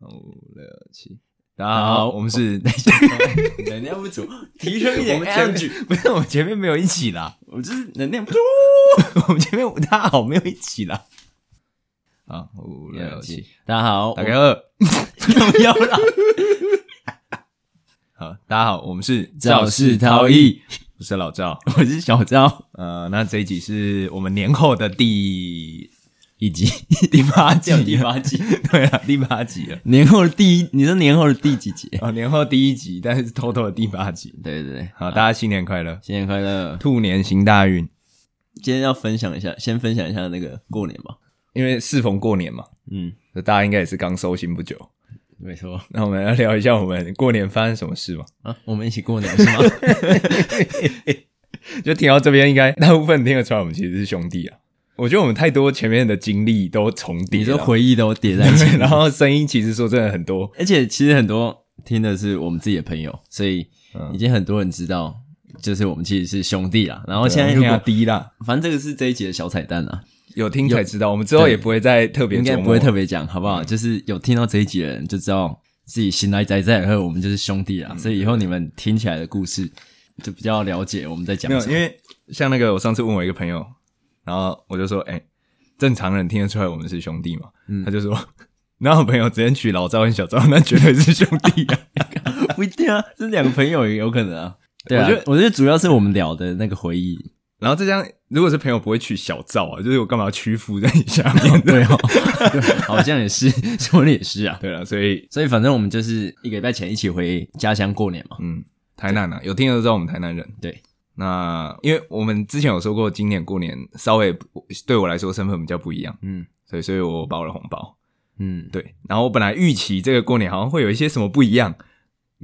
五六七，大家然后好，我们是， 能量不足， 提升一我点们前 energy。面不是我们前面 没有一起啦，我们就是能量不足。我们前面大家好没有一起啦。啊，五六七，大家好，打开二，我们要了。好，大家好，我们是肇事逃逸，我是老赵。我是小赵，呃，那这一集是我们年后的第以及第八集叫了，第八集， 对了，第八集了。 年后的第一，你说年后的第几集？哦，年后第一集，但是偷偷的第八集。对对对，好，大家新年快乐，新年快乐！兔年行大运，今天要分享一下，先分享一下那个过年吧。因为适逢过年嘛，嗯，大家应该也是刚收心不久。没错那我们来聊一下我们过年发生什么事吧。啊，我们一起过年 是吗？就听到这边，应该大部分听得出来我们其实是兄弟啊。我觉得我们太多前面的经历都重叠你了，说回忆都叠在一起， 然后声音其实说真的很多，而且其实很多听的是我们自己的朋友，所以嗯已经很多人知道，就是我们其实是兄弟啦。然后现在有啊如点果呃低啦，反正这个是这一集的小彩蛋啦，有听才知道。我们之后也不会再特别，应该不会特。别讲，好不好？就是有听到这一集的人就知道自己新来宅在，然后我们就是兄弟啊啦。所以以后你们听起来的故事就比较了解我们在讲没有，什因么。为像那个我上次问我一个朋友，然后我就说，哎、正常人听得出来我们是兄弟嘛？嗯他就说， 然后我朋友直接取老赵跟小赵，那绝对是兄弟啊。 不一定啊，这两个朋友也有可能 啊。对啊，我觉我觉得得我觉得主要是我们聊的那个回忆，然后这张如果是朋友不会取小赵啊，就是我干嘛要屈服在你下面？ 对哦， 对好像也是，说的也是 啊。对了，所以所以反正我们就是一个礼拜前一起回家乡过年嘛。嗯，台南啊，有听的都知道我们台南人。对，那因为我们之前有说过，今年过年稍微不对我来说身份比较不一样，嗯所以所以我包了红包。嗯，对，然后我本来预期这个过年好像会有一些什么不一样，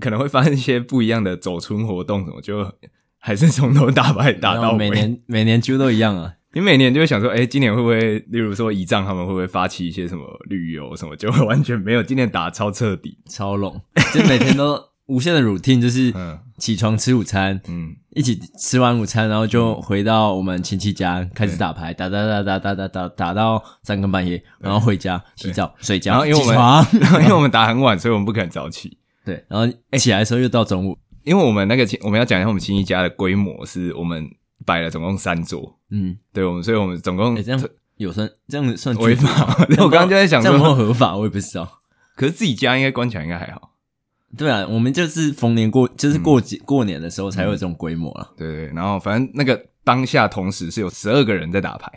可能会发生一些不一样的走春活动什么，就还是从头打牌打然到后每尾。年每年几乎都一样啊。你每年就会想说，哎、今年会不会，例如说仪仗他们会不会发起一些什么旅游什么，就会完全没有，今年打得超彻底。超拢，就每天都无限的 routine，就是 嗯起床吃午餐，嗯，一起吃完午餐，然后就回到我们亲戚家开始打牌，打打打打打打打打到三更半夜，然后回家洗澡睡觉，然后因为我们哎 起床 然后因为我们打很晚，所以我们不肯早起。对，然后起来的时候又到中午，因为我们那个亲，我们要讲一下我们亲戚家的规模，是我们摆了总共三桌，嗯，对我们，所以我们总共、哎，这样有算这样算违剧法。这样嗯 我刚刚就在想这样有没有说，合法，我也不知道。可是自己家应该关起来应该还好，对啊，我们就是逢年过，就是过嗯节过年的时候才有这种规模啊了。对对。对然后反正那个当下同时是有十二个人在打牌，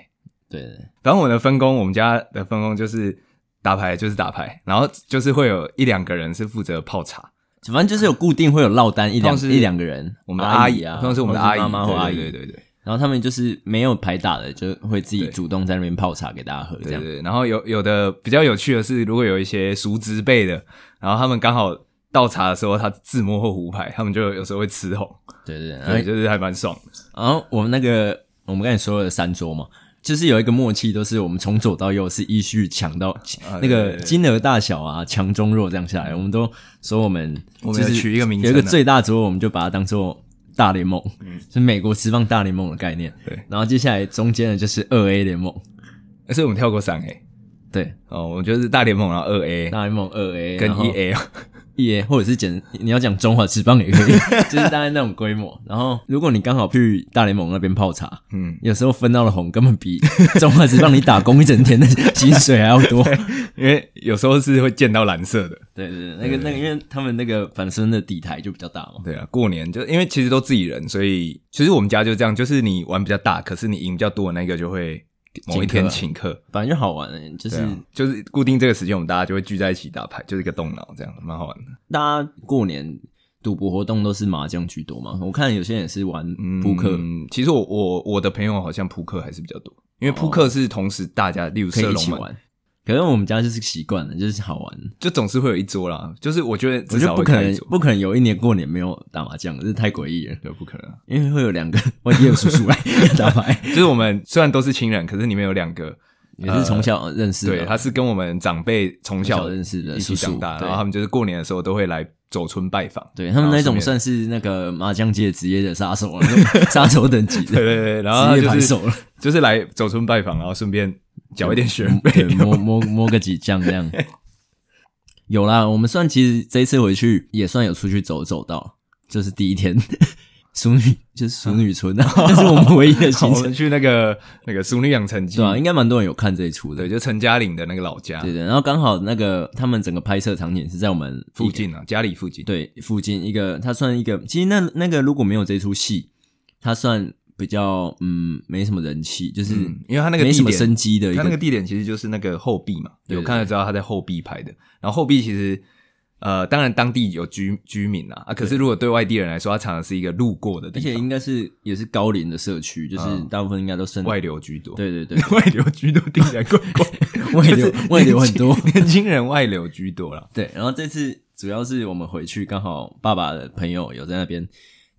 对对，对反正我的分工，我们家的分工就是打牌就是打牌，然后就是会有一两个人是负责泡茶，反正就是有固定会有落单一两通常是一两个人，我们的阿姨啊，通常是我们的或阿者姨是妈妈或阿姨，对对对对然后他们就是没有牌打的，就会自己对主动在那边泡茶给大家喝，这对样。对，然后有有的比较有趣的是，如果有一些熟知辈的，然后他们刚好倒茶的时候，他自摸或胡牌，他们就有时候会吃红，对对对，然后对，就是还蛮爽的。然后我们那个我们刚才说的三桌嘛，就是有一个默契，都是我们从左到右是依序抢到那啊对对个对金额大小啊，强中弱这样下来，我们都说我们我们就有是取一个名有称啊嗯一个最大桌，我们就把它当做大联盟，是美国释放大联盟的概念。对，然后接下来中间的就是二 A 联盟，但是我们跳过三 A 对，哦，我们就是大联盟，然后二 A 大联盟二 A 跟一 A，哦一 A，或者是简你要讲中华职棒也可以， 就是大概那种规模。然后如果你刚好去大联盟那边泡茶，嗯，有时候分到的红根本比中华职棒你打工一整天的薪水还要多。因为有时候是会见到蓝色的。 对对对，那个那个，因为他们那个本身的底台就比较大嘛。对啊，过年就因为其实都自己人，所以其实我们家就这样，就是你玩比较大，可是你赢比较多的那个就会某一天请客。反正就好玩、欸，就是、对啊，就是固定这个时间，我们大家就会聚在一起打牌，就是一个动脑这样，蛮好玩的。大家过年赌博活动都是麻将居多嘛。我看有些人也是玩扑克，嗯其实我我我的朋友好像扑克还是比较多，因为扑克是同时大家，例如可射以一龙起门，玩。可是我们家就是习惯了，就是好玩。就总是会有一桌啦。就是我觉得我至觉少得不会可开一能，桌，不可能有一年过年没有打麻将，这太诡异了。对，不可能啊。因为会有 两个外地的叔 叔来打牌，就是我们虽然都是亲人，可是里面有两个，也是从小认识的，呃对，他是跟我们长辈从从小小认识的一起叔叔长大，对然后他们就是过年的时候都会来走村拜访。对他们那然后种顺便算是那个麻将界职业的杀 手了，那种杀手等级对的对对，然后职业他牌就是手啊 了，就是来走村拜访，然后顺便缴一点学费对，。摸摸摸个几将这样。有啦，我们算其实这一次回去也算有出去走走到，就是第一天 淑女就是淑女村啊， 这是我们唯一的行我程们，去那个那个《淑女养成记对》啊，应该蛮多人有看这一出的对，，就啊陈嘉玲的那个老家对对。然后刚好那个他们整个拍摄场景是在我们附近啊，家里附近。对，附近一个，它算一个，其实那那个如果没有这出戏，它算比较嗯没什么人气，就是、嗯因为它那个没地什么点生机的一他个，那个地点其实就是那个后壁嘛，对有看得知道他在后壁拍的。然后后壁其实，呃，当然当地有居居民啊，啊，可是如果对外地人来说，它常常是一个路过的而地且方，应该是也是高龄的社区，就是嗯大部分应该都生、外流居多。，对对 对 外流居多听起 来怪怪，外流就是 外流很多年轻年轻人外流居多啦。对。然后这次主要是我们回去，刚好爸爸的朋友有在那边，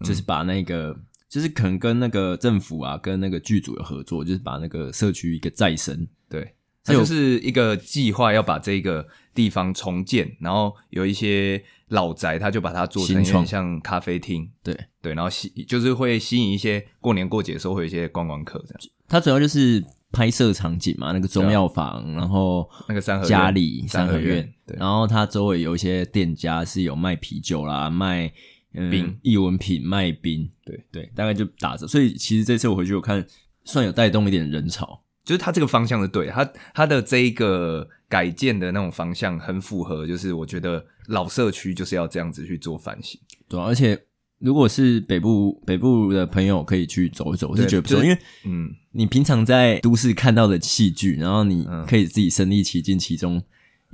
嗯就是把那个。就是可能跟那个政府啊，跟那个剧组有合作，就是把那个社区一个再生，对，它所以我就是一个计划要把这个地方重建，然后有一些老宅，他就把它做成有新创点像咖啡厅。对对，然后吸就是会吸引一些过年过节的时候会有一些观光客这样。它主要就是拍摄场景嘛，那个中药房，然后啊那个三合院家里三三合合院院，对然后它周围有一些店家是有卖啤酒啦，卖嗯冰艺文品，卖冰，对对，大概就打折。所以其实这次我回去我看，算有带动一点人潮，就是它这个方向是对的，它它的这一个改建的那种方向很符合，就是我觉得老社区就是要这样子去做反省，对啊、而且如果是北部北部的朋友可以去走一走，我是对觉得不就错，是因为嗯，你平常在都市看到的戏剧，然后你嗯可以自己身临其境其中。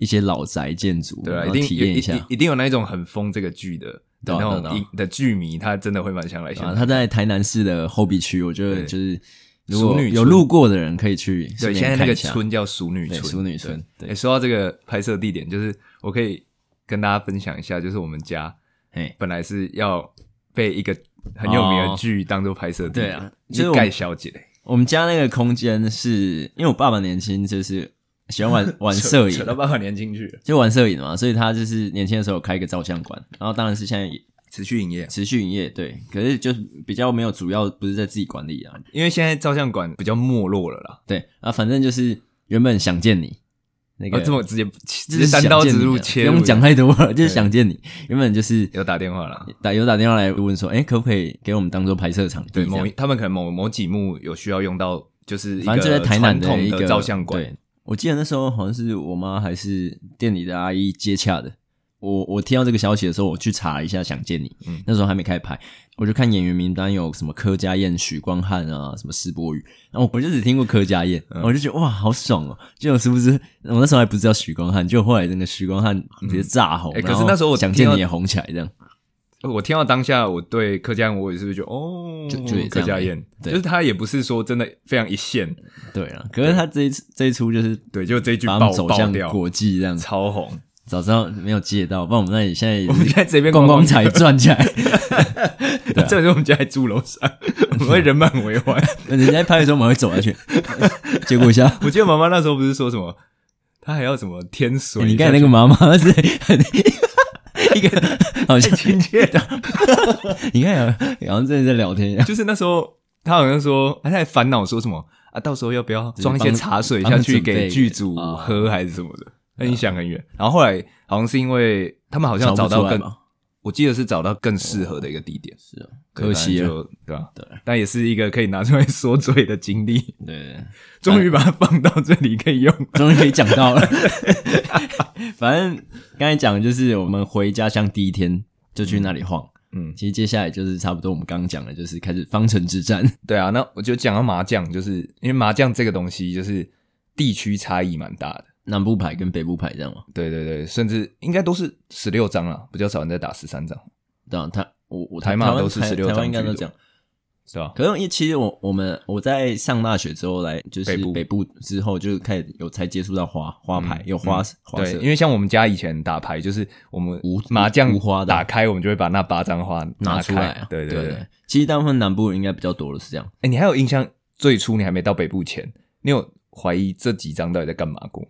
一些老宅建筑，对啊，然一后定体验一一下定，一定有那一种很疯这个剧的的对那啊对种啊对一的剧迷，他真的会蛮想来对啊，想，他在台南市的后壁区，我觉得对就是如果淑女村有路过的人可以去顺对，便现在那看一个下村叫熟女村，对淑女村对，对诶说到这个拍摄地点，就是我可以跟大家分享一下，就是我们家嘿，本来是要被一个很有名的哦剧当做拍摄地对点，啊就就是是我盖们小姐。我们家那个空间是因为我爸爸年轻，就是喜欢玩玩扯 摄扯影到，办法年进去了，就玩摄影嘛，所以他就是年轻的时候开一个照相馆，然后当然是现在也持续营业。持续营业，对，可是就是比较没有主要不是在自己管理啊，因为现在照相馆比较没落了啦，对啊，反正就是原本想见你那啊，个这么直接直就接是想单见你啊刀直入切入，不用讲太多了，就是想见你，原本就是。有打电话啦。打有打电话来问说，哎、可不可以给我们当做拍摄场地？对，这样某一他们可能某某几幕有需要用到，就是一反个正就在台南传统一个照相馆，对，我记得那时候好像是我妈还是店里的阿姨接洽的。我我听到这个消息的时候，我去查一下，想见你。嗯那时候还没开拍，我就看演员名单有什么柯佳燕、许光汉啊，什么石柏宇。然后我就只听过柯佳燕，嗯我就觉得哇，好爽哦！结果是不是我那时候还不知道许光汉？就后来那个许光汉直接炸红。欸可是然后那时候我想听见到你也红起来，这样我听到当下，我对柯佳嬿我也是会觉得哦，就就也柯这样佳嬿，就对是他也不是说真的非常一线，对啊。可是他这一次这一出就是对，就这一句把他爆们走爆向掉，国际这样子。 超红。早知道没有借到，不然我们那里现在也我 们是现在这边逛逛才赚起来。对啊 这是我们家还住楼 上，我们会人满为患。 人家拍的时候我们会走 下去，结果一下，我记得妈妈那时候不是说什么，她还要什么天水，欸你刚才那个妈妈是 很一个好像亲切的， 哎你看好像好像真的在聊天一样，就是那时候他好像说，他在烦恼说什么啊，到时候要不要装一些茶水下去给剧组喝还是什么的？那你想很远。然后后来好像是因为他们好像找找不到出来更吧，我记得是找到更适合的一个地点，是啊，对可惜反了，正就对吧？对但也是一个可以拿出来说嘴的经历， 对，终于把它放到这里可以用。终于可以讲 到了。反正刚才讲的就是我们回家乡第一天就去那里晃，嗯，其实接下来就是差不多我们刚刚讲的，就是开始方程之战，对啊，那我就讲到麻将，就是因为麻将这个东西就是地区差异蛮大的。南部牌跟北部牌这样嘛，对对对，甚至应该都是十六张了，比较少人在打十三张，对啊，他我我台马湾都是台16台张湾应该居都多这样。是吧？可是因为其实我我们我在上大学之后来就是北部北部之后就开始有才接触到花花牌、嗯有花、花对，色，因为像我们家以前打牌，就是我们无麻将无花的打开，我们就会把那八张花拿出开。来、啊，对对对对。其实大部分南部应该比较多的是这样，哎，你还有印象？最初你还没到北部前，你有怀疑这几张到底在干嘛过吗？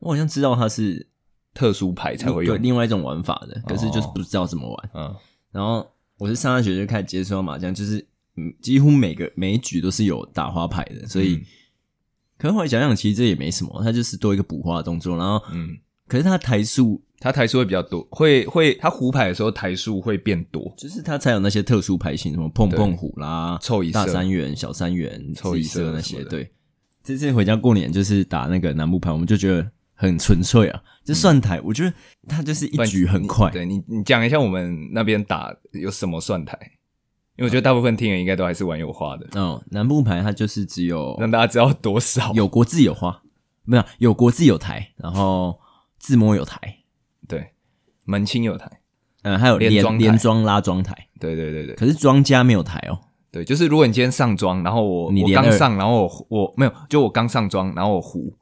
我好像知道它是特殊牌才会哦对用。另外一种玩法的，可是就是不知道怎么玩。嗯，然后我是上大学就开始接触到麻将，就是嗯几乎每个每一局都是有打花牌的，所以。嗯可是后来想想，其实这也没什么，它就是多一个补花的动作，然后嗯可是它台数它台数会比较多，会会它胡牌的时候台数会变多，就是它才有那些特殊牌型，什么碰碰虎啦、凑一色大三元、小三元、凑一一色那什些。么的对，这次回家过年就是打那个南部牌，我们就觉得很纯粹啊，就算台，我觉得它就是一不然局很快。嗯对你，你讲一下我们那边打有什么算台？因为我觉得大部分听人应该都还是玩有花的，嗯，南部牌它就是只有让大家知道多少。 有国字有花，没有有国字有台，然后自摸有台，对，门清有台，嗯，还有连连庄台连庄拉庄台，对对对对可是庄家没有台哦。对，就是如果你今天上妆，然后我你我连刚二上，然后我我没有，就我刚上妆，然后我糊，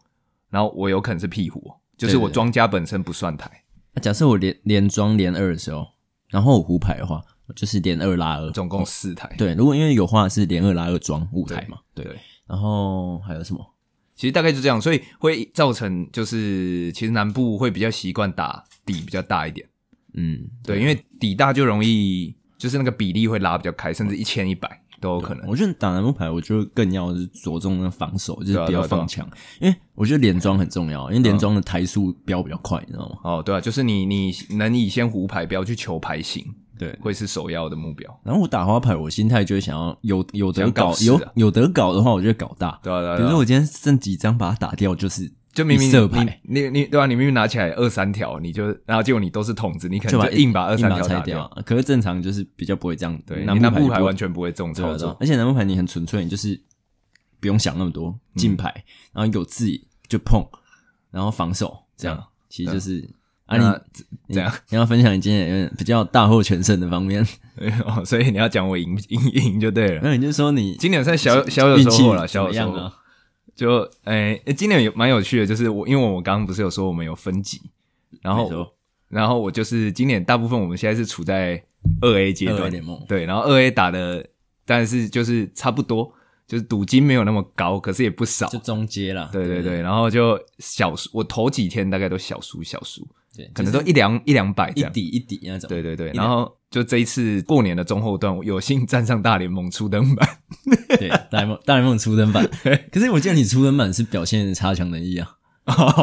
然后我有可能是屁糊，就是对对我庄家本身不算台，那啊假设我连连庄连二的时候，然后我胡牌的话，我就是连二拉二。总共四台。对，如果因为有话是连二拉二庄五台嘛，对。对，然后还有什么？其实大概就这样，所以会造成就是其实南部会比较习惯打底比较大一点。嗯，对，因为底大就容易，就是那个比例会拉比较开，甚至一千一百都有可能。我觉得打南部牌，我就更要就是着重那个防守，就是对啊不要对啊对啊嗯放枪，因为我觉得连庄很重要，因为连庄的台数标比较快，你知道吗？哦，对啊，就是你你能以先胡牌，不要去求牌型，对。会是首要的目标。然后我打花牌，我心态就会想要有有得想搞搞，事有啊有得搞的话，我就会搞大。对啊，对啊，比如对啊说我今天剩几张把它打掉，就是就明明一色牌你你你对啊，你明明拿起来二三条，你就然后结果你都是筒子，你可就能把就硬把二硬三把条它拆打掉。。可是正常就是比较不会这样，对，南你部南部牌牌就完全不会中对啊操对啊作。而且南部牌你很纯粹，你就是不用想那么多，进牌，嗯然后有自己就碰，然后防守，这对样啊其实就是啊那你你怎样你要分享你今天有点比较大获全胜的方面， 哦，所以你要讲我赢赢赢就对了。那你就说你今年算小小有嗯运收气获了，怎小么有样收获。啊？就诶、欸今年有蛮有趣的，就是我因为我刚刚不是有说我们有分级，然没后错然后我就是今年大部分我们现在是处在二 A 阶二 A 段联盟对，然后二 A 打的但是就是差不多，就是赌金没有那么高，可是也不少就，中阶啦，对对对，然后就小输，我头几天大概都小输小输，对，可能就都是一两一两百这一样，底一底那种，对对对，两然后就这一次过年的中后段，我有幸站上大联盟初登板，对，大 联盟大联盟初登版，可是我记得你初登版是表现差强人意啊，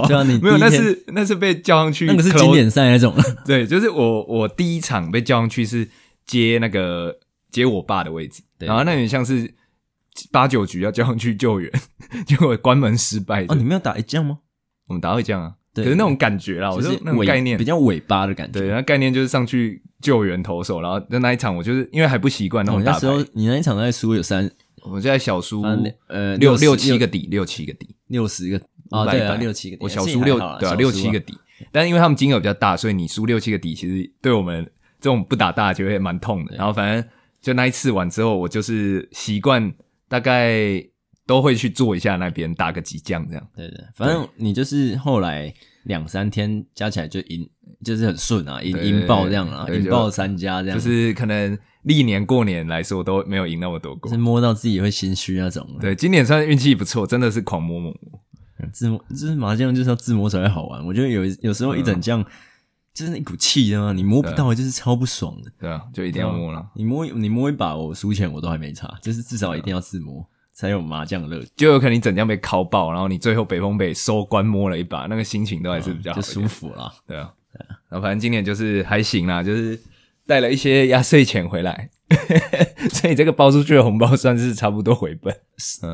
对啊，你哦没有，第一那天是那是被叫上去 close，那个是经典赛那种，对，就是我我第一场被叫上去是接那个接我爸的位置，对然后那有点像是八九局要叫上去救援， 结果关门失败。哦，你没有打一将吗？我们打会这样啊，对可是那种感觉啦，我就就是那种尾概念比。较尾巴的感觉。哦对，那概念就是上去救援投手，然后那那一场我就是因为还不习惯那我种哦那打时牌，候你那一场在输有三我就在小输反正呃六六六十七个底，六七个底，六十个五啊，百对一啊，百六七个点，我小这输也六还好啦对啊，小六输七个底，但是因为他们金额比较大，所以你输六七个底，其实对我们这种不打大的就会蛮痛的。然后反正就那一次完之后，我就是习惯大概都会去做一下那边打个几将这样。对对，反正你就是后来两三天加起来就赢，就是很顺啊，赢对赢爆这样啊，对赢就爆三家这样，啊就是可能历年过年来说都没有赢那么多过是。摸到自己会心虚那种。，对，今年算是运气不错，真的是狂摸猛摸。自摸就是麻将就是要自摸才会好玩，我觉得有有时候一整将嗯就是那一股气啊，你摸不到就是超不爽的。对啊，就一定要摸了。你摸你摸一把，我输钱我都还没差，就是至少一定要自摸才有麻将乐趣。就有可能你整将被敲爆，然后你最后北风北收官摸了一把，那个心情都还是比较好就一点舒服啦。对啊，然后反正今年就是还行啦，就是带了一些压岁钱回来， 所以这个包出去的红包算是差不多回 本，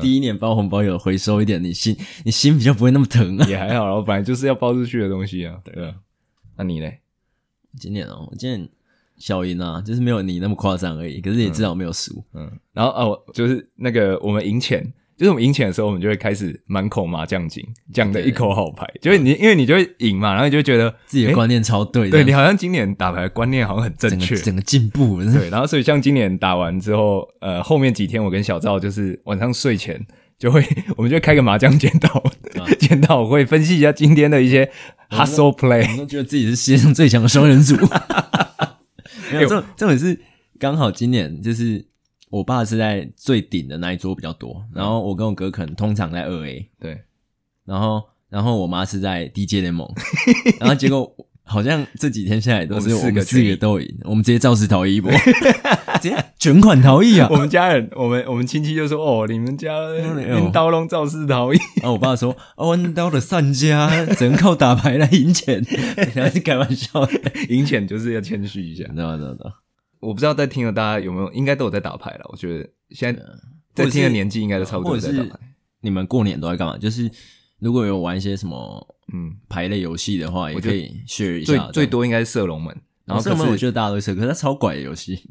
第一年包红包有回收一点，你心你心比较不会那么疼啊。也还好啦。我本来就是要包出去的东西啊，对啊。那你嘞？今年哦，我今年小赢啊，就是没有你那么夸张而已，可是也至少没有输。嗯，然后哦，就是那个我们赢钱，就是我们赢钱的时候，我们就会开始满口麻将精，讲的一口好牌，就是你因为你就会赢嘛，然后你就会觉得自己的诶观念超对，对这你样好像今年打牌的观念好像很正整确个，整个进步了，真的对，然后所以像今年打完之后，呃，后面几天我跟小赵就是晚上睡前就会，我们就开个麻将检 讨、啊检讨会，分析一下今天的一些 hustle 我 play。们都觉得自己是世界上最强的双人组。 没哎有，重重点是刚好今年就是我爸是在最顶的那一桌比较多，然后我跟我哥可能通常在二 A，对， 然后然后我妈是在 DJ 联盟，然后结果好像这几天下来都是我们四我个们四全个赢都赢，我们直接肇事逃逸一波， 直接卷款逃逸啊！ 我们家人，我们我们亲戚就说：“哦，你们家呦拎刀龙肇事 逃逸，然后我爸说：“哦，弯刀的散家只能靠打牌来赢钱。” 然后是开玩笑的， 赢钱就是要谦虚一下。你知道吗？知道吗？”我不知道在听的大家有没有，应该都有在打牌了。我觉得现在在听的年纪应该都差不多啊或者在打是牌。你们过年都在干嘛？就是如果有玩一些什么嗯，牌类游戏的话，也我觉可得以 share 最一下这样。最多应该是射龙门，然后射门，可我是觉得大家都射，可是它超拐的游戏。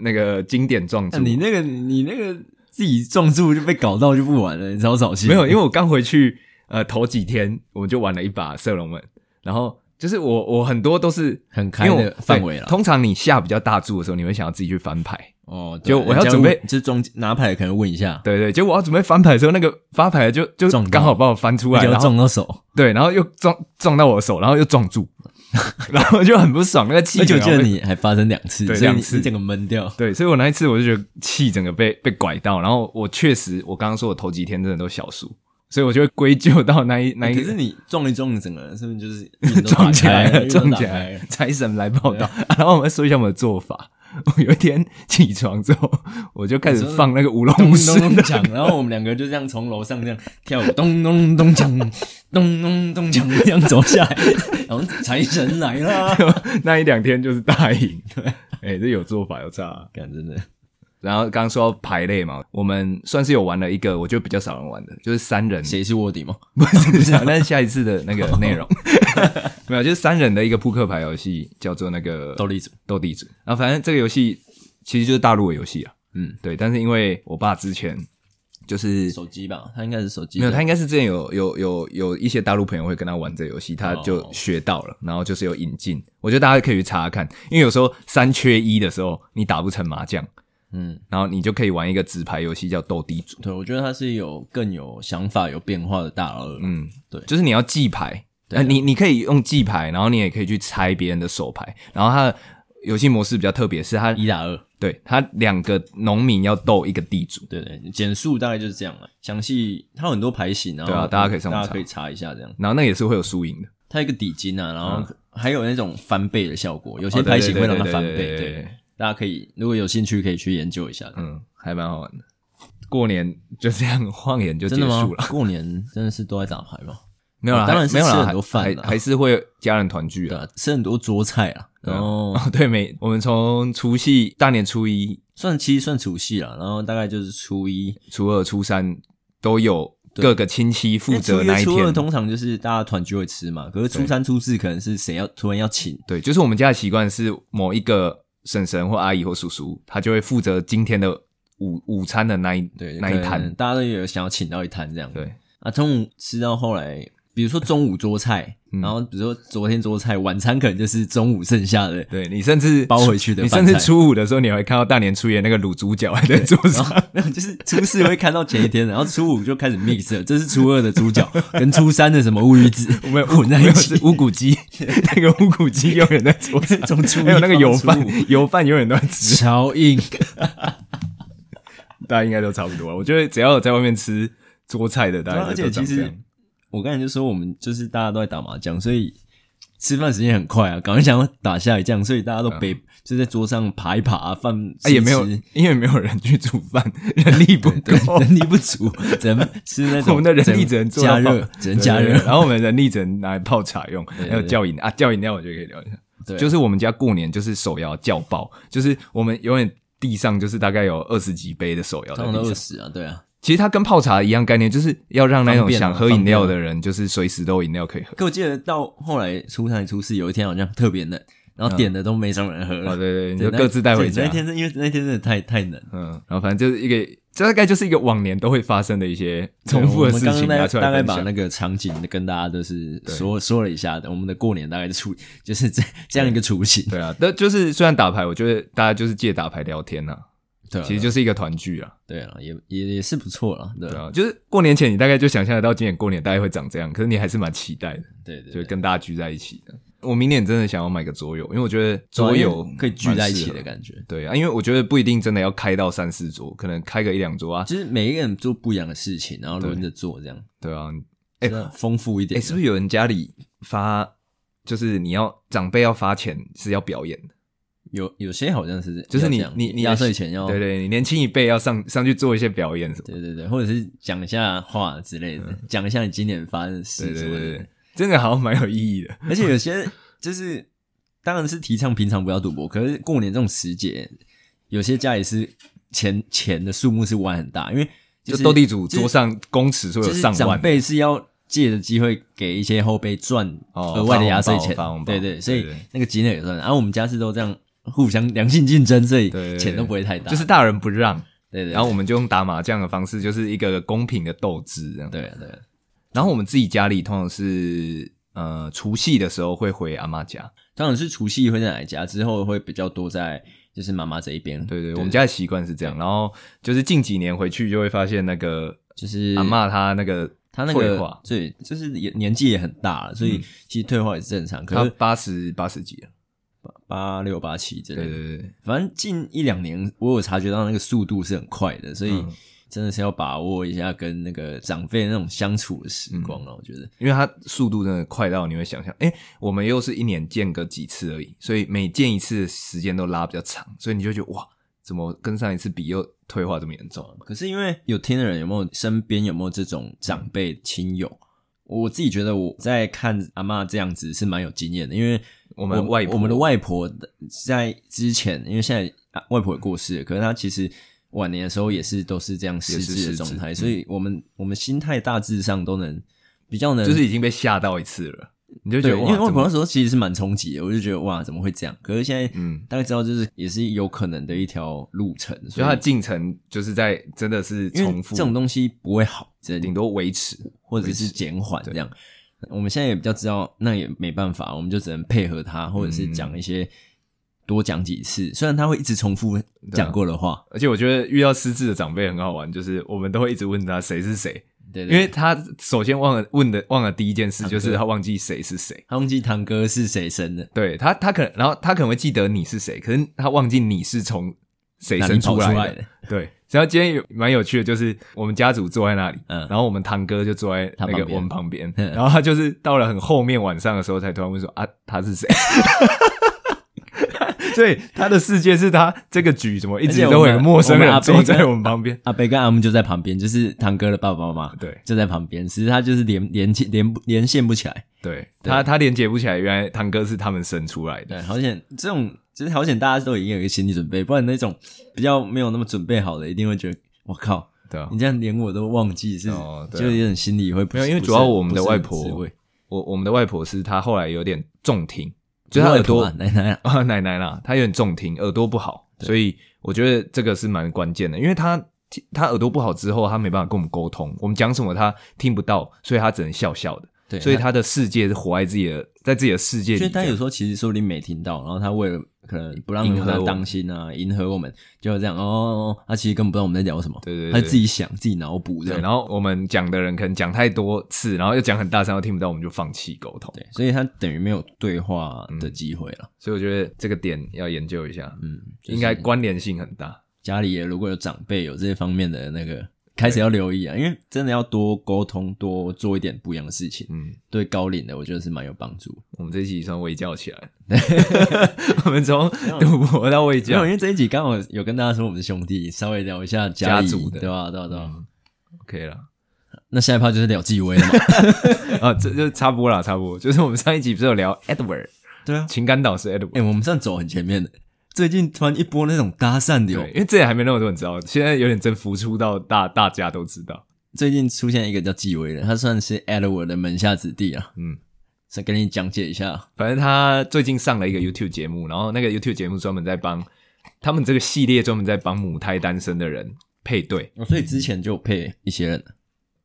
那个经典撞那柱。你那个你那个自己撞柱就被搞到就不玩了，你超扫兴。没有，因为为我刚回去，呃，头几天我们就玩了一把射龙门，然后就是我我很多都是很因开为的我范围对了。通常你下比较大注的时候，你会想要自己去翻牌，哦，就对我要人家准备问就是中拿牌可能问一下，对对，结果我要准备翻牌的时候，那个发牌的就就嗯撞到刚好把我翻出来，就然后撞到手。对，然后又撞撞到我的手，然后又撞 住，然后就很不爽，那个气而且我然记后得被你还发生两次，对所以你两次你整个闷掉。对，所以我那一次我就觉得气整个被被拐到，然后我确实我刚刚说我头几天真的都小输，所以我就会归咎到那一那哎一可个是你撞一撞，你整个人是不是就是 运动撞起来打开了，撞起运动打来开了，财神来报道。啊 然后我们说一下我们的做法。 我有一天起床之后，我就开始放那个舞咚龙咚式咚的，锵，然后我们两个就这样从楼上这样跳舞，咚咚咚锵，咚咚咚锵，这样走下来，然后财神来啦！ 那一两天就是大 赢。哎、这有做法有差啊、感真的，然后刚刚说到排类嘛，我们算是有玩了一个，我觉得比较少人玩的，就是三人谁是卧底吗？ 不是，那是下一次的那个内容。 没有，就是三人的一个扑克牌游戏，叫做那个斗地主。斗地主。然后反正这个游戏其实就是大陆的游戏啊，嗯，对。但是因为我爸之前就是手机吧，他应该是手机。没有，他应该是之前有有有有一些大陆朋友会跟他玩这个游戏，他就哦学到了，然后就是有引进。我觉得大家可以去查看，因为有时候三缺一的时候，你打不成麻将，嗯，然后你就可以玩一个纸牌游戏叫斗地主。对，我觉得他是有更有想法、有变化的大二。嗯，嗯，对就是你要记牌，对啊呃、你你可以用记牌，然后你也可以去猜别人的手牌。然后它的游戏模式比较特别，是它一打二，对它两个农民要斗一个地主，对对，简述大概就是这样了。详细它有很多牌型，然后嗯对啊大家可以上网大查家可以查一下这样。然后那也是会有输赢的，它有一个底金啊，然后还有那种翻倍的效果，有些哦对牌型会让对它对翻对倍。对对对对，大家可以如果有兴趣可以去研究一下。嗯，还蛮好玩的。过年就这样 晃眼就结真的吗束 了，？过年真的是都在打牌吗？没有啦，哦当然还是没有吃啦，很多饭还啦还还是会家人团聚对啊。啊，吃很多桌菜啊，对啊然后哦， 对，每我们从除夕大年初一、算其实算除夕了，然后大概就是初一初二、初三都有各个亲戚负责因为那一哎初一初二天。通常就是大家团聚会吃嘛，可是初对三、初四可能是谁要突然要请，对，就是我们家的习惯是某一个婶婶或阿姨或叔叔，他就会负责今天的午午餐的那一对，那可一能摊。大家都有想要请到一摊这样。对，啊，中午吃到后来，比如说中午桌菜，嗯然后比如说昨天桌菜，晚餐可能就是中午剩下的，对你甚至包回去的你饭甚菜至初五的时候，你还会看到大年初一的那个卤猪脚还在桌然上。后没有，就是初四会看到前一天，然后初五就开始 mix 了，这是初二的猪脚 跟初三的什么乌鱼子我 们混在没一有起，是，乌骨鸡，那个乌骨鸡永远在桌上从初一还有那个放到油初饭五，油饭永远都在吃。超硬。大家应该都差不多了。我觉得只要有在外面吃桌菜的，大对家啊而且都长其这实样我刚才就说我们就是大家都在打麻将，所以吃饭时间很快啊，赶快想要打下一仗，所以大家都被、就在桌上爬一爬、啊，饭吃啊嗯一吃、也没有，因为没有人去煮饭， 人力不 够。 人力不足，只能吃那 我种们的人力只能做到加热泡，只能加对对对热。然后我们人力只能拿来泡茶用，对还有叫饮啊，叫饮料我觉得可以聊一下。对啊就是我们家过年就是手摇叫爆，就是我们永远地上就是大概有二十几杯的手摇在通常都地饿上。死啊，对啊。其实它跟泡茶一样概念，就是要让那方种便啊想喝饮料的人，就是随时都有饮料可以喝。可我记得到后来初三、初四有一天好像特别冷，然后点的都没什么人喝了。哦，对对，对你对就各自带回家那。对那天真因为那天真的太太冷，嗯，然后反正就是一个，这大概就是一个往年都会发生的一些重复的事对我情们拿刚刚出来大大概分把享。那个场景跟大家都是说说了一下的，我们的过年大概就出 就是这这样一个雏形。对啊，但就是虽然打牌，我觉得大家就是借打牌聊天呐、对啊，其实就是一个团聚啊。对啊，也也也是不错了。对对啊啊，就是过年前你大概就想象得到今年过年大概会长这样，可是你还是蛮期待的，对对啊就对，跟大家聚在一起的。我明年真的想要买个桌游，因为我觉得桌游啊可以聚在一起蛮适的合。感觉。对啊，因为我觉得不一定真的要开到三四桌，可能开个一两桌啊。就是每一个人做不一样的事情，然后轮着做，这样对啊，哎哎，丰富一哎、点。是不是有人家里发就是你要长辈要发钱是要表演的，有有些好像是就是你要这样你你压岁钱要对对，你年轻一辈要上上去做一些表演什么，对对对，或者是讲一下话之类的，讲一下你今年发生的嗯对事什对么的。对对，这个好像蛮有意义的，而且有些就是，当然是提倡平常不要赌博，可是过年这种时节，有些家里是钱钱的数目是玩很大，因为就是斗地主桌就是上公尺说有就是上长万，辈是要借着机会给一些后辈赚哦额外的压岁钱，发红包对对，所以对对那个金额也算。然、后我们家是都这样互相良性竞争，所以对对对钱都不会太大，就是大人不让，对对，然后我们就用打麻将的方式，就是一个公平的斗智这样。对对对然后我们自己家里通常是呃除夕的时候会回阿妈家，当然是除夕会在奶家，之后会比较多在就是妈妈这一边，对对，我们家的习惯是这样。然后就是近几年回去就会发现那个就是阿嬷她那个他那退个化，嗯对，就是也年纪也很大了，所以其实退化也是正常。可她是八十八十几了，八六八七之类对的，对对对，反正近一两年我有察觉到那个速度是很快的，所以嗯真的是要把握一下跟那个长辈那种相处的时光啊嗯了。我觉得，因为她速度真的快到你会想象，哎，我们又是一年见个几次而已，所以每见一次的时间都拉比较长，所以你就觉得哇，怎么跟上一次比又退化这么严重？可是因为有听的人有没有身边有没有这种长辈亲友？我自己觉得我在看阿嬷这样子是蛮有经验的，因为我们外婆我们的外婆在之前，因为现在、啊外婆也过世了，可是她其实晚年的时候也是都是这样失也是智的失状智态，嗯所以我们我们心态大致上都能比较能就是已经被吓到一次了，你就觉对，得因哇，为外怎婆么那时候其实是蛮冲击的，我就觉得哇，怎么会这样？可是现在嗯大概知道，就是也是有可能的一条路程，所就以它的进程就是在真的是因为重复，这种东西不会好，真顶多维持。或者是减缓这样。我们现在也比较知道，那也没办法，我们就只能配合他，或者是讲嗯一些、多讲几次。虽然他会一直重复啊讲过的话，而且我觉得遇到失智的长辈很好玩，就是我们都会一直问他谁是谁，对因对，为他首先忘了问的忘了第一件事就是堂哥他忘记谁是谁。他忘记堂哥是谁生的，对他，他可能，然后他可能会记得你是谁，可是他忘记你是从谁哪里生出跑来出的。来的对，然后今天有蛮有趣的，就是我们家族坐在那里，嗯然后我们堂哥就坐在他那旁个边我们旁边，嗯然后他就是到了很后面晚上的时候，才突然问说啊，他是谁？ 所以他的世界是他这个局怎么一而且直我们都有一个陌生我们阿人伯坐在跟我们旁边，阿北跟阿木就在旁边，就是堂哥的爸爸妈妈，对就在旁边。其实他就是连连起连不连线不起来，对他他连接不起来，原来堂哥是他们生出来的。对，好险这种就是好险，大家都已经有一个心理准备，不然那种比较没有那么准备好的，一定会觉得我靠，对啊你，这样连我都忘记是，哦对啊就有点心里会不没有因为不主要是我们的不是很外婆滋味我我们的外婆是她后来有点重听，就是她耳朵外婆啊奶奶啊， 啊，奶奶啦，她有点重听，耳朵不好，所以我觉得这个是蛮关键的，因为她她耳朵不好之后，她没办法跟我们沟通，我们讲什么她听不到，所以她只能笑笑的，对，所以她她的世界是活在自己的，在自己的世界所以里这他有样。时候其实说不定没听到，然后他为了可能不让迎合他我们当心啊，迎合我们，就这样哦哦，哦他其实根本不知道我们在聊什么，对对对他自己想自己脑补这对，样，然后我们讲的人可能讲太多次，然后又讲很大声，又听不到，我们就放弃沟通。对，所以他等于没有对话嗯的机会了。所以我觉得这个点要研究一下，嗯，就是应该关联性很大。家里也如果有长辈有这方面的那个，开始要留意啊，因为真的要多沟通，多做一点不一样的事情，嗯，对高龄的我觉得是蛮有帮助。我们这一集算微教起 来，我们从赌博到微没有，教因。为这一集刚好有跟大家说我们是兄弟，稍微聊一下家里族的嗯对吧？对吧？对吧？ OK 了，那下一趴就是聊纪威了 嘛？啊，这就插播啦，插播，就是我们上一集不是有聊 Edward 对啊，情感导师哎、 Edward，我们算走很前面的，最近突然一波那种搭讪流对，，因为之前还没那么多人知道，现在有点真浮出到大大家都知道，最近出现一个叫纪威的，他算是 Edward 的门下子弟啊。嗯，再跟你讲解一下，反正他最近上了一个 YouTube 节目，然后那个 YouTube 节目专门在帮他们这个系列专门在帮母胎单身的人配对，我所以之前就有配一些人，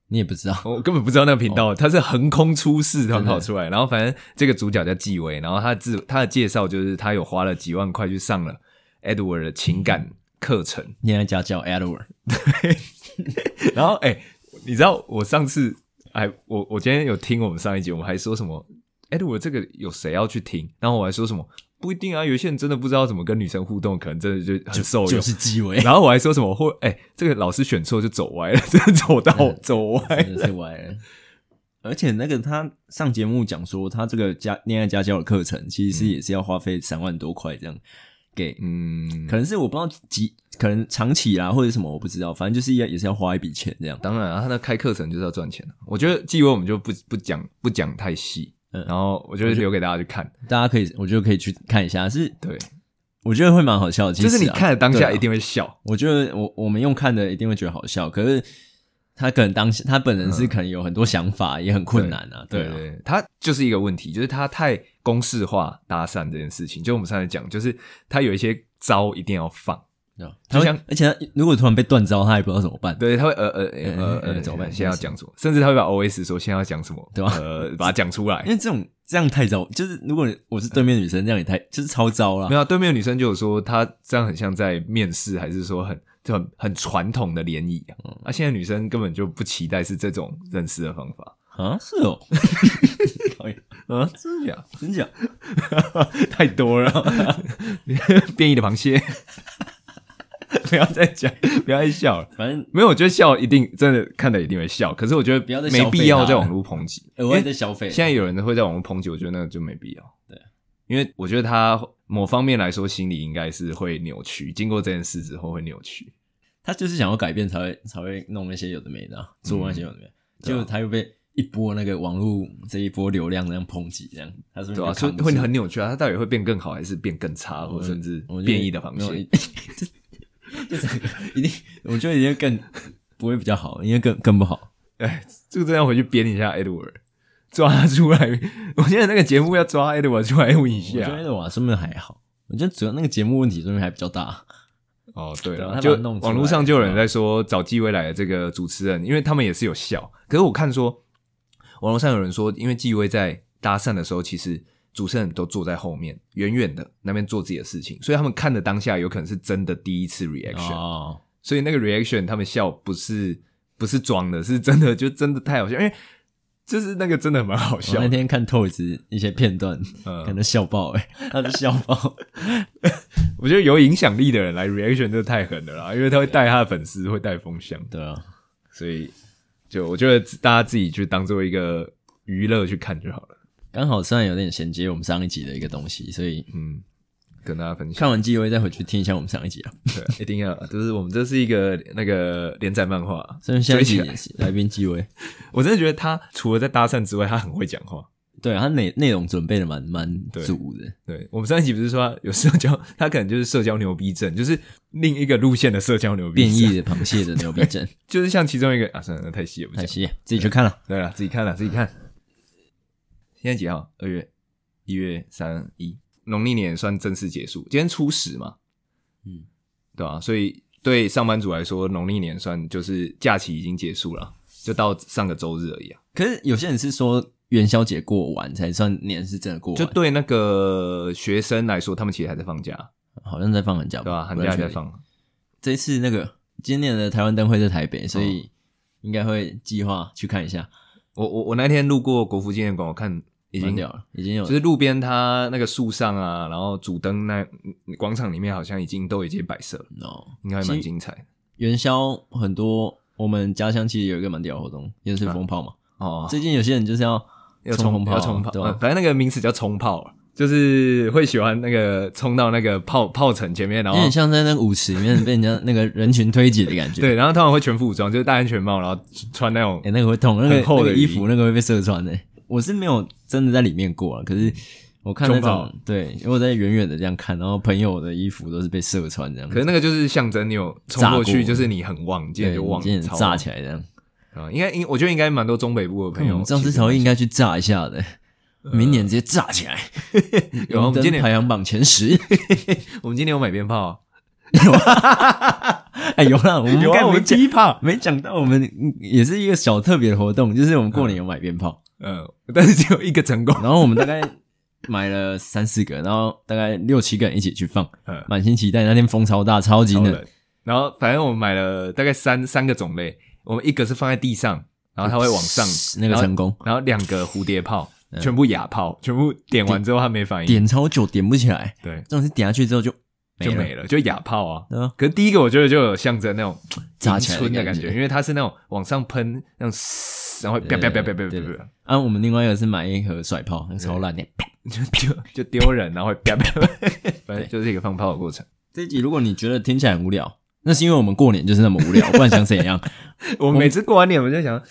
你也不知道，我根本不知道那个频道，它是横空出世，它跑出来。然后反正这个主角叫纪薇，然后他自他的介绍就是他有花了几万块去上了 Edward 的情感课程。恋爱家教 Edward，然后哎、你知道我上次哎，我我今天有听我们上一集，我们还说什么 Edward 这个有谁要去听？然后我还说什么不一定啊，有些人真的不知道怎么跟女生互动，可能真的就很受用。就是 纪威，然后我还说什么哦会哎、这个老师选错就走歪了，真的走到走歪了真的是歪了。而且那个他上节目讲说，他这个家恋爱家教的课程，其实是也是要花费三万多块这样给，嗯，可能是我不知道几，可能长期啦或者什么，我不知道，反正就是要也是要花一笔钱这样。当然、啊，他那开课程就是要赚钱啊我觉得纪委我们就不不讲不讲太细，嗯然后我就留给大家去看。大家可以，我觉得可以去看一下，是对，我觉得会蛮好笑的。其就是你实啊看了当对下啊一定会笑，我觉得我我们用看的一定会觉得好笑，可是他可能当时他本人是可能有很多想法，也很困难啊，对嗯对啊，对，他就是一个问题，就是他太公式化搭讪这件事情。就我们上次讲，就是他有一些招一定要放，对啊他会像而且他如果突然被断招，他也不知道怎么办，对，他会呃呃呃呃哎哎呃，怎么办现在要讲什么？甚至他会把 OS 说现在要讲什么，对吧呃，把它讲出来因。为这种这样太糟，就是如果我是对面女生，这样也太就是超糟了没。有啊，对面的女生就有说，她这样很像在面试，还是说很就很很传统的联谊啊？嗯啊，现在女生根本就不期待是这种认识的方法啊，是 哦， 讨厌啊，真的假？真假？太多了， 变异的螃蟹， 不要再讲，不要再笑了。 反正没有，我觉得笑一定真的看的一定会笑，可是我觉不要再得消没费必要它在网络抨击。额外在消费，现在有人会在网络抨击，我觉得那个就没必要。对，因为我觉得他某方面来说，心理应该是会扭曲，经过这件事之后会扭曲。他就是想要改变才会才会弄那些有的没的啊、嗯做那些有的没的，啊结果他又被一波那个网络这一波流量那样抨击，这样他是对啊，所所以以会很扭曲啊，它到底会变更好，还是变更差，或甚至嗯我觉得变异的螃没有蟹？， 就就是一定，我觉得一定更不会比较好，因为更更不好。 哎，这个真的要回去编一下 Edward，抓他出来。 我现在那个节目要抓 Edward 出来问一我觉下。得瓦身边还好，我觉得主要那个节目问题这边还比较大。哦，对对啊了，他就把它弄出来网络上就有人在说找纪未来的这个主持人，因为他们也是有笑。可是我看说，网络上有人说，因为纪薇在搭讪的时候，其实主持人都坐在后面，远远的那边做自己的事情，所以他们看的当下有可能是真的第一次 reaction，、哦，所以那个 reaction 他们笑不是不是装的，是真的，就真的太好笑，因为就是那个真的蛮好我笑哦那的。天看透子一些片段，嗯可能笑爆 哎、欸，他是笑爆，我觉得有影响力的人来 reaction 这太狠了啦，因为他会带他的粉丝，会带风向， 对啊。所以就我觉得大家自己就当做一个娱乐去看就好了。刚好虽然有点衔接我们上一集的一个东西，所以嗯，跟大家分享，看完纪委再回去听一下我们上一集啊。对啊，一定要，就是我们这是一个那个连载漫画，所以下一集追起来来宾纪委，我真的觉得他除了在搭讪之外，他很会讲话。对他内内容准备的蛮蛮对足的，对我们上一集不是说他有社交，他可能就是社交牛逼症，就是另一个路线的社交牛逼变症，异的螃蟹的牛逼 症，就是像其中一个啊，算了，那太细也不讲可。惜自己去看了。对了，自己看了，自己看。现在几号？二月、一月、三、一，农历年算正式结束。今天初十嘛，嗯，对吧、所以对上班族来说，农历年算就是假期已经结束了，就到上个周日而已啊。可是有些人是说元宵节过完才算年是真的过完，就对那个学生来说，他们其实还在放假，好像在放寒假，对吧、啊寒啊不假太还在确定。放。这次那个今年的台湾灯会在台嗯北，所以应该会计划去看一下。我我我那天路过国父纪念馆，我看已已经经掉了，已经有就是路边它那个树上啊，然后主灯那广场里面好像已经都已经摆设了，哦。应该还蛮精彩的。元宵很多，我们家乡其实有一个蛮屌的活动，也是风炮嘛。哦，最近有些人就是要要冲冲风炮啊，要冲炮，对嗯吧？反正那个名词叫冲炮啊，就是会喜欢那个冲到那个炮炮城前面，然有后点像在那个舞池里面被人家那个人群推挤的感觉。，对，然后他们会全副武装，就是戴安全帽，然后穿那种哎、那个会痛，那个很厚的那个雨衣衣服那个会被射穿的、我是没有真的在里面过啊，可是我看那中炮种，对，因为我在远远的这样看，然后朋友的衣服都是被射穿这样，可是那个就是象征你有冲炸过去，过就是你很旺，今天对，就旺，今天超炸旺起来这样。啊！应该应我觉得应该蛮多中北部的朋看我友们这样其子实才会应该去炸一下的、明年直接炸起 来，有啊我红们灯今年排行榜前十。 我们今天有买鞭炮啊，哎，有啦，我们有啊，刚我没们讲，第一 炮，没讲到我们嗯也是一个小特别的活动，就是我们过年有买鞭炮，嗯，但是只有一个成功，然后我们大概买了三四个，然后大概六七个人一起去放，嗯，满心期待。那天风超大，超级超冷冷，。然后反正我们买了大概三三个种类，我们一个是放在地上，然后它会往上，那个然后成功嗯然后两个蝴蝶炮，全部哑炮，全部点完之后它没反应，点超久，点不起来。对，这种是点下去之后就就没没了，了，就哑炮啊。对吧？可是第一个我觉得就有象征那种炸迎起来的春的感感觉觉，因为它是那种往上喷那种嘶然后啪啪啪啪啪啪对对啪，啊，我们另外一个是买一盒甩炮，那个超烂的。啪就丢就丢人，然后会啪啪啪， 反正就是一个放炮的过程。这一集如果你觉得听起来很无聊，那是因为我们过年就是那么无聊，不然想 怎样？我每次过完年，我就想，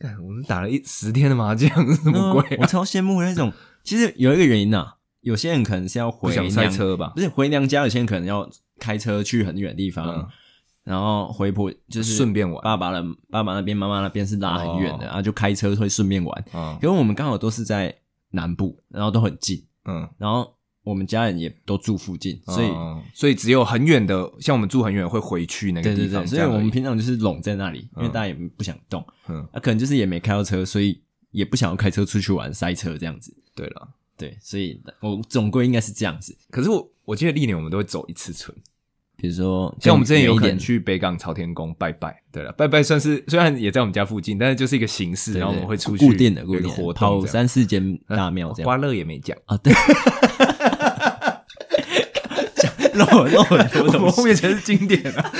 看我们打了一十天的麻将，什么鬼嗯我啊？超羡慕那种。其实有一个原因呐、有些人可能是要不回想塞娘车吧不？是回娘家，有些人可能要开车去很远的地方，嗯然后回婆就是顺便玩爸爸的爸爸那边、妈妈那边是拉很远的，哦啊，就开车会顺便玩。啊可，是我们刚好都是在南部，然后都很近，嗯，然后我们家人也都住附近，所以、哦所以只有很远的，像我们住很远会回去那个对地对方对，，这所以样我而们已平常就是拢在那里，因为嗯大家也不想动，嗯，啊，可能就是也没开到车，所以也不想要开车出去玩塞车这样子。对了。对，所以我总归应该是这样子。可是我我记得历年我们都会走一次村，比如说，像我们之前有可可能去北港朝天宫拜拜，对了，拜拜算是虽然也在我们家附近，但是就是一个形式，对对然后我们会出去固定的固有一定个的活动跑这样，呃三四间大庙这花样乐也没讲，啊，对。 漏漏很 多我东们后西，面才是经典啊，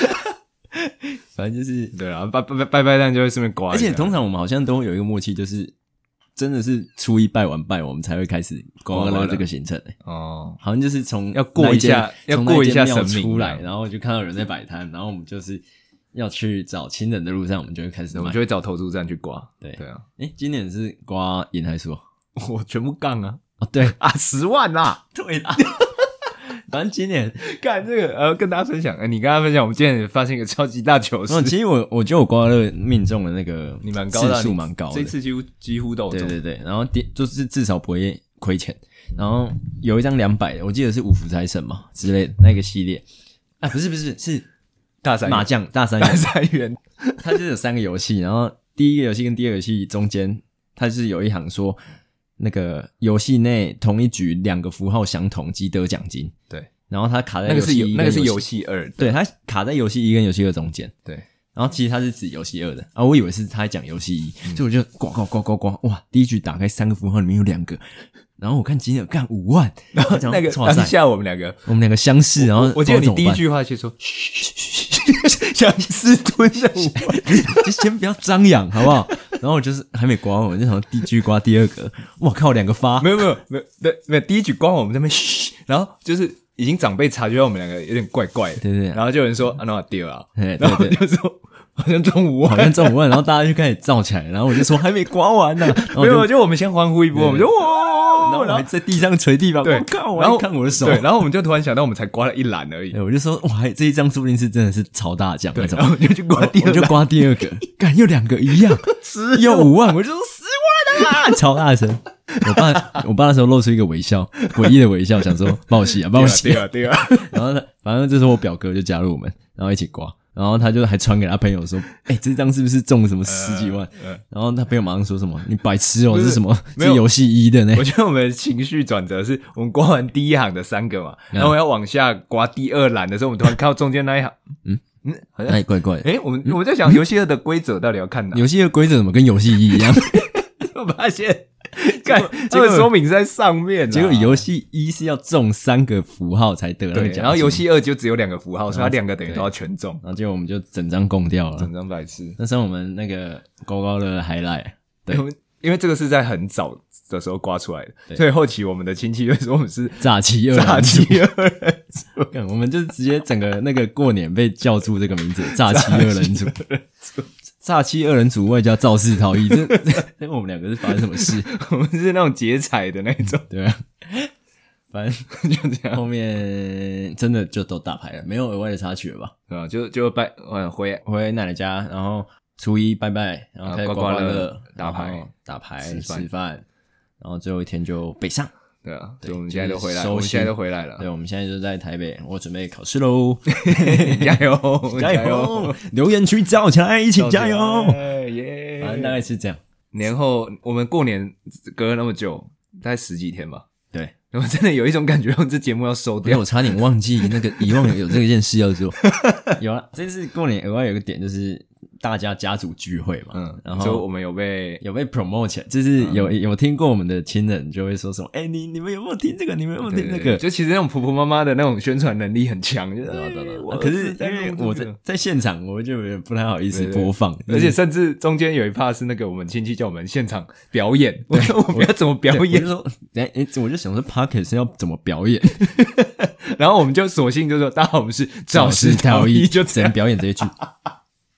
反正就是，对啊，拜拜拜拜拜，但就会顺便刮而一下，且通常我们好像都会有一个默契，就是真的是初一拜完拜，我们才会开始刮刮乐这个行程、欸。哦，好像就是从要过一下那间要过一下从那间神庙明出这来，样然后就看到有人在摆摊，然后我们就是要去找亲人的路上，我们就会开始我买们就。会找投注站去刮，对对 啊，哎，今年是刮银还是哦？我全部杠啊哦，对啊，十万啦！ 对啦， 反正今年，干这个呃，跟大家分享，呃、你跟大家分享，我们今天也发现一个超级大糗 事然后，其实我我觉得我刮乐命中的那个你蛮高的啊，次数你蛮高的，这次几乎几乎都有对中对对，然后第就是至少不会亏钱。然后有一张两百的，我记得是五福财神嘛之类的那个系列，啊，不是不是是大三元麻将大三 元大，三元，它就是有三个游戏，然后第一个游戏跟第二个游戏中间，它是有一行说，那个游戏内同一局两个符号相同即得奖金，对，然后它卡在那个是游游戏一那个跟是游游戏，戏二，对，它卡在游戏一跟游戏二中间，对，然后其实它是指游戏二的啊，我以为是他在讲游戏一，嗯所以我就呱呱呱呱呱，哇，第一局打开三个符号里面有两个，然后我看今天干五 万，然后讲那个哇当塞，下我们两个，我们两个相似，然后我记得不你知道第怎么一办句话就说，想私吞下五万，就 先不要张扬，好不好？然后我就是还没刮完，我就想第一句刮第二个，我靠，两个发没，有没有没有，对没有第一局光我们在那边嘘，然后就是已经长辈察觉到我们两个有点怪怪的，对对对然后就有人说啊那丢啊，哎对然后对就说好像中五好万，像中午问，然后大家就开始燥起来，然后我就说还没刮完 呢、然后没我就有，就我们先欢呼一波，我们就然后哇，我然还后在地上捶地板，对我，靠，我然后还看我的手，哎对，然后我们就突然想到我们才刮了一篮而已对，我就说哇，这一张说不定是真的是超大奖对，那种然，后我们就去刮第 我二就篮，刮第二 个，干又两个一样，又五万，我就说十万啊， 超大声。我爸，我爸那时候露出一个 微笑，诡异的微笑，想说报喜啊，报喜、 丢啊丢啊，然后他反正就是我表哥就加入我们，然后一起刮，然后他就还传给他朋友说：“哎、这张是不是中什么十几万？”嗯然后他朋友马上说什么：“你白痴哦、不这是是什么？没是有游戏一的呢我觉得我们的情绪转折是 我们刮完第一行的三个嘛，嗯然后要往下刮第二栏的时候，我们突然看到中间那一行，嗯嗯，？”好像 哎，怪 怪的，诶，我们我在想游戏二的规则到底要看哪？游戏的规则怎么跟游戏一一样？ 我发现，看 结这果个说明是在上面啊，结果游戏一是要中三个符号才得那个对，奖金，然后游戏二就只有两个符号，所以它然后两个等于都要全中，然后结果我们就整张供掉了整。张白痴。那算我们那个高高的 highlight，对因为因为这个是在很早的时候刮出来的，对所以后期我们的亲戚就说我们是炸鸡二炸郎鸡鸡，二人组，干我们就直接整个那个过年被叫住这个名字，炸鸡二人组，炸鸡二人组外加肇事逃逸，这 这我们两个是发生什么事？ 我们是那种劫财的那种， 对啊，反正就这样后面真的就都打牌了，没有额外的插曲了吧？啊，就就拜嗯回回奶奶家，然后初一拜拜，然后啊开始刮刮刮刮乐乐、打牌然后打牌、吃饭吃饭，然后最后一天就北上。对啊，对所以我们现在就是都回来，收我们现在心都回来了对，，我们现在就在台北，我准备考试喽。加 油 加油！留言区造起来，一起加油！哎耶！反正大概是这样。年后我们过年隔了那么久，大概十几天吧，对，我真的有一种感觉，我们这节目要收因为掉我。差点 啊忘记那个遗忘有这件事要做。有了，这次过年额外有一个点就是大家家族聚会嘛，嗯，然所以后我们有被有被 promote 起来，就是有、有听过我们的亲人就会说什么，哎、你你们有没有听这个？你们有没有对听对那对个？就其实那种婆婆妈妈的那种宣传能力很强，就是对啊对啊哎对啊我啊儿可是子在因为弄这我个在在现场，我就有点不太好意思对对播放，而且就是甚至中间有一趴是那个我们亲戚叫我们现场表 演，我说我们要怎么表对我演就，说，哎、哎，我就想说 p o c k e t 是要怎么表演？然后我们就索性就说大家好，我们是赵师氏陶陶艺艺，就只这能样。表演这一句。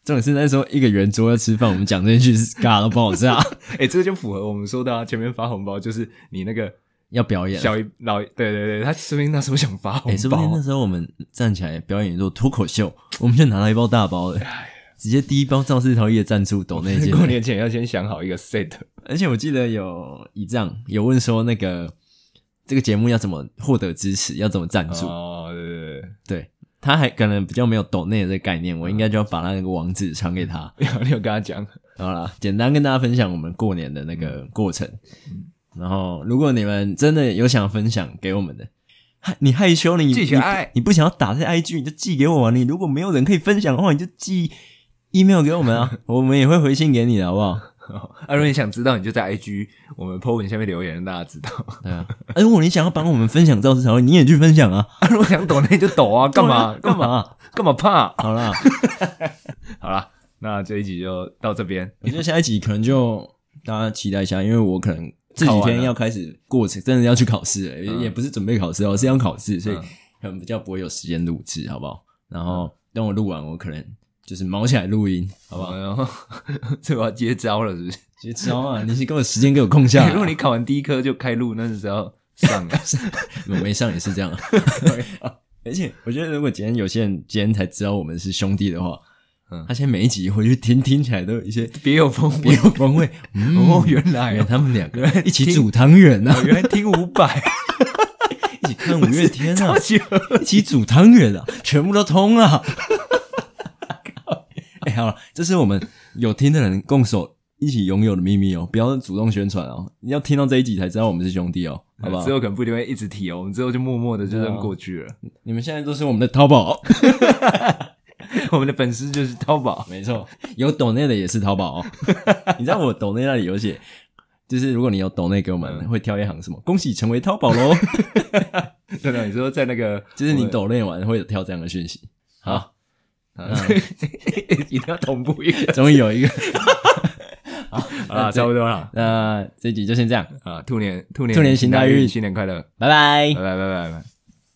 重点是那时候一个圆桌要吃饭，我们讲这一句是尬到 爆炸，哎、这就符合我们说的啊，前面发红包就是你那个要表演。小姨老，对对对，他说不定那时候想发红啊哎、说不包定啊，那时候我们站起来表演一做脱口秀，我们就拿到一包大包的，直接第一包赵氏陶艺的赞助抖那件。哎 过年前要先想好一个 set，而且我记得有一仗有问说那个这个节目要怎么获得支持，要怎么赞助？哦，对对对对，他还可能比较没有抖内的这个概念，我应该就要把他那个网址传给他。然 后你有跟他讲，好啦，简单跟大家分享我们过年的那个嗯过程。然后，如果你们真的有想分享给我们的，害你害羞，你寄起来你，你不想要打在 IG，你就寄给我啊。你如果没有人可以分享的话，你就寄 email 给我们啊， 我们也会回信给你的，好不好？啊，如果你想知道，你就在 IG 我们 po 文下面留言，让大家知道。对啊，啊如果你想要帮我们分享造势潮，你也去分享啊，啊，如果想抖那就抖 啊，干嘛 干干嘛嘛啊？干嘛怕？好啦，好啦，那这一集就到这边。我觉得下一集可能就大家期待一下，因为我可能这考几完了天要开始过程，真的要去考试了，也嗯也不是准备考试哦，是要考试，所以嗯可能比较不会有时间录制，好不好？然后等我录完，我可能就是忙起来录音，好好 吧，不好？然后这我要接招了，是不是？其实啊，你是给我时间给我空下来，哎如果你考完第一科就开录，那是要上 了。我没上也是这样。啊 而且我觉得，如果今天有些人今天才知道我们是兄弟的话，嗯他现在每一集回去听听起来都有一些 别有风别味有风味。嗯哦，原来原来哦，他们两个原来一起听煮汤圆啊， 原来听五 百，一起看五月天啊超，级合一起煮汤圆啊，全部都通了。 哎、好了，这是我们有听的人共手一起拥有的秘密哦，不要主动宣传哦，你要听到这一集才知道我们是兄弟哦，好不好之？后可能不一定会一直提哦，我们之后就默默的就这样过去了。你们现在都是我们的哦淘宝，我们的粉丝就是淘 宝，没错，有抖内的也是淘宝哦。 你知道我抖内那里有写，就是如果你有抖内给我们，会跳一行什么“恭喜成为淘宝喽对啊的。你说在那个”，就是你抖内完会有跳这样的讯息。好，啊 一定要同步一个终于有一个， 啊，差不多了那这集就先这样，啊。兔年兔年兔年行大运新年快乐，拜拜拜。拜拜拜拜。